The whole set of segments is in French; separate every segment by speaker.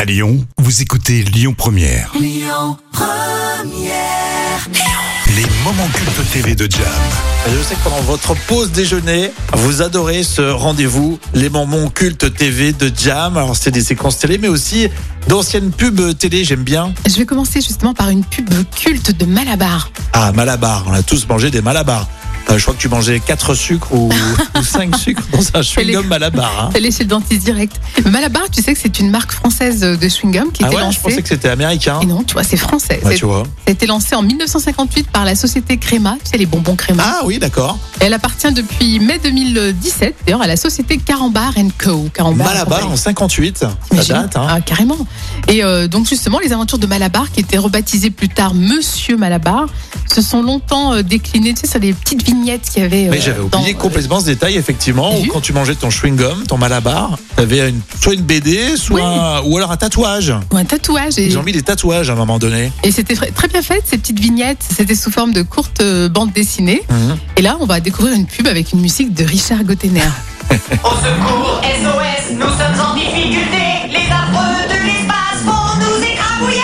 Speaker 1: À Lyon, vous écoutez Lyon Première. Les moments cultes TV de Jam.
Speaker 2: Et Je sais que pendant votre pause déjeuner, vous adorez ce rendez-vous, les moments cultes TV de Jam. Alors c'est des séquences télé, mais aussi d'anciennes pubs télé, j'aime bien.
Speaker 3: Je vais commencer justement par une pub culte de Malabar.
Speaker 2: Ah, Malabar, on a tous mangé des Malabar. Euh, je crois que tu mangeais 4 sucres ou, 5 sucres dans un chewing-gum Malabar. hein.
Speaker 3: Allez chez le dentiste direct. Malabar, tu sais que c'est une marque française de chewing-gum qui
Speaker 2: Ah
Speaker 3: était
Speaker 2: ouais, je
Speaker 3: lancée.
Speaker 2: pensais que c'était américain.
Speaker 3: Et non, tu vois, c'est français.
Speaker 2: Ouais,
Speaker 3: C'est-
Speaker 2: tu vois.
Speaker 3: Ça a été lancé en 1958 par la société Créma, tu sais, les bonbons Créma.
Speaker 2: Ah oui, d'accord.
Speaker 3: Elle appartient depuis mai 2017, d'ailleurs, à la société Carambar Co. Carambar
Speaker 2: Malabar en 58, ça
Speaker 3: Eh ben, Imagine.
Speaker 2: date. hein.
Speaker 3: Ah, carrément. Et euh, donc justement, les aventures de Malabar, qui étaient rebaptisées plus tard Monsieur Malabar, se sont longtemps euh, déclinées, tu sais, sur des petites vignettes qu'il y avait.
Speaker 2: Mais
Speaker 3: euh,
Speaker 2: j'avais
Speaker 3: dans-
Speaker 2: oublié complètement ce détail, effectivement,
Speaker 3: t'as
Speaker 2: où
Speaker 3: vu
Speaker 2: quand tu mangeais ton chewing-gum, ton malabar, t'avais une, soit une BD, soit
Speaker 3: Oui.
Speaker 2: un- ou alors un tatouage.
Speaker 3: Ou un tatouage. Et,
Speaker 2: Ils ont mis des tatouages à un moment donné.
Speaker 3: et c'était fr- très bien fait, ces petites vignettes. C'était sous forme de courtes euh, bandes dessinées.
Speaker 2: Mhm.
Speaker 3: Et là, on va découvrir une pub avec une musique de Richard Gottener.
Speaker 4: Au secours, SOS, nous sommes en difficulté. Les affreux de l'espace vont nous écrabouiller.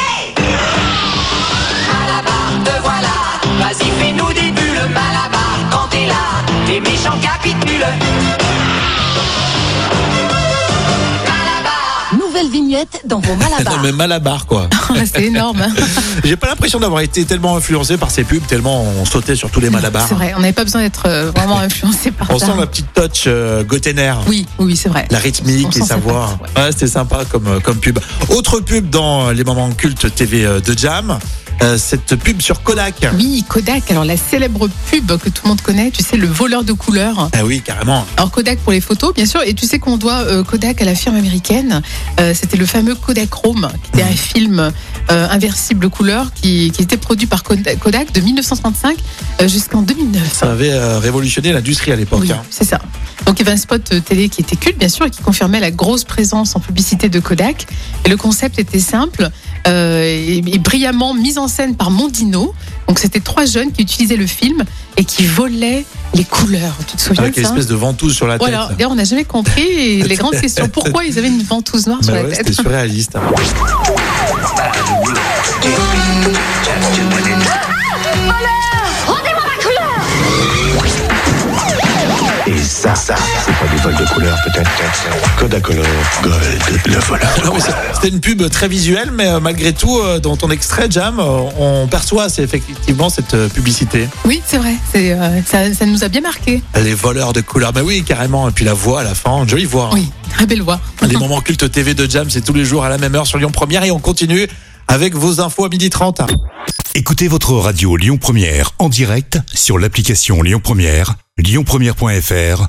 Speaker 4: Malabar, te voilà. Vas-y, fais-nous des bulles. Malabar, quand t'es là, tes méchants capitulent. Malabar.
Speaker 5: Nouvelle vignette dans vos
Speaker 3: Ah
Speaker 2: Non,
Speaker 3: bah.
Speaker 5: malabars.
Speaker 2: mais malabar, quoi.
Speaker 3: c'est énorme. hein.
Speaker 2: J'ai pas l'impression d'avoir été tellement influencé par ces pubs, tellement on sautait sur tous les malabars.
Speaker 3: C'est vrai, on n'avait pas besoin d'être euh, vraiment influencé par
Speaker 2: Bah. On
Speaker 3: ça.
Speaker 2: sent la petite touch euh, Gotener.
Speaker 3: Oui, oui, c'est vrai.
Speaker 2: La rythmique,
Speaker 3: On
Speaker 2: les
Speaker 3: sent sa
Speaker 2: savoirs.
Speaker 3: patte,
Speaker 2: Ouais, c'était sympa comme, euh, comme pub. Autre pub dans euh, les moments cultes TV euh, de Jam, euh, cette pub sur Kodak.
Speaker 3: Oui, Kodak, alors la célèbre pub que tout le monde connaît, tu sais, le voleur de couleurs.
Speaker 2: Ah oui, carrément.
Speaker 3: Alors Kodak pour les photos, bien sûr. Et tu sais qu'on doit euh, Kodak à la firme américaine. Euh, C'était le fameux Kodak Chrome, qui était un film euh, inversible couleur qui, qui était produit par Kodak Kodak de 1935 euh, jusqu'en 2009.
Speaker 2: Ça avait euh, révolutionné l'industrie à l'époque.
Speaker 3: Oui,
Speaker 2: hein.
Speaker 3: c'est ça. Donc il y avait un spot euh, télé qui était culte, bien sûr, et qui confirmait la grosse présence en publicité de Kodak. Et le concept était simple euh, et, et brillamment mis en scène par Mondino. Donc c'était trois jeunes qui utilisaient le film et qui volaient les couleurs. Tu te souviens
Speaker 2: Avec
Speaker 3: de ça
Speaker 2: l'espèce de ventouse sur la tête.
Speaker 3: voilà, d'ailleurs, on n'a jamais compris et les grandes questions. Pourquoi ils avaient une ventouse noire sur
Speaker 2: Bah
Speaker 3: la
Speaker 2: ouais, c'était
Speaker 3: tête
Speaker 2: surréaliste. hein.
Speaker 6: Et ça, ça, c'est pas du vol de couleur peut-être. Codacolor Gold, le voleur.
Speaker 2: Non, mais c'est- C'était une pub très visuelle, mais euh, malgré tout, euh, dans ton extrait, Jam, euh, on perçoit c'est effectivement cette euh, publicité.
Speaker 3: Oui, c'est vrai. C'est, euh, ça, ça nous a bien marqué.
Speaker 2: Les voleurs de couleurs, bah oui, carrément. Et puis la voix à la fin, jolie voix. hein.
Speaker 3: Oui, très belle voix.
Speaker 2: Les moments cultes TV de Jam, c'est tous les jours à la même heure sur Lyon Première et on continue avec vos infos à 12h30.
Speaker 1: Écoutez votre radio Lyon Première en direct sur l'application Lyon Première, lyonpremière.fr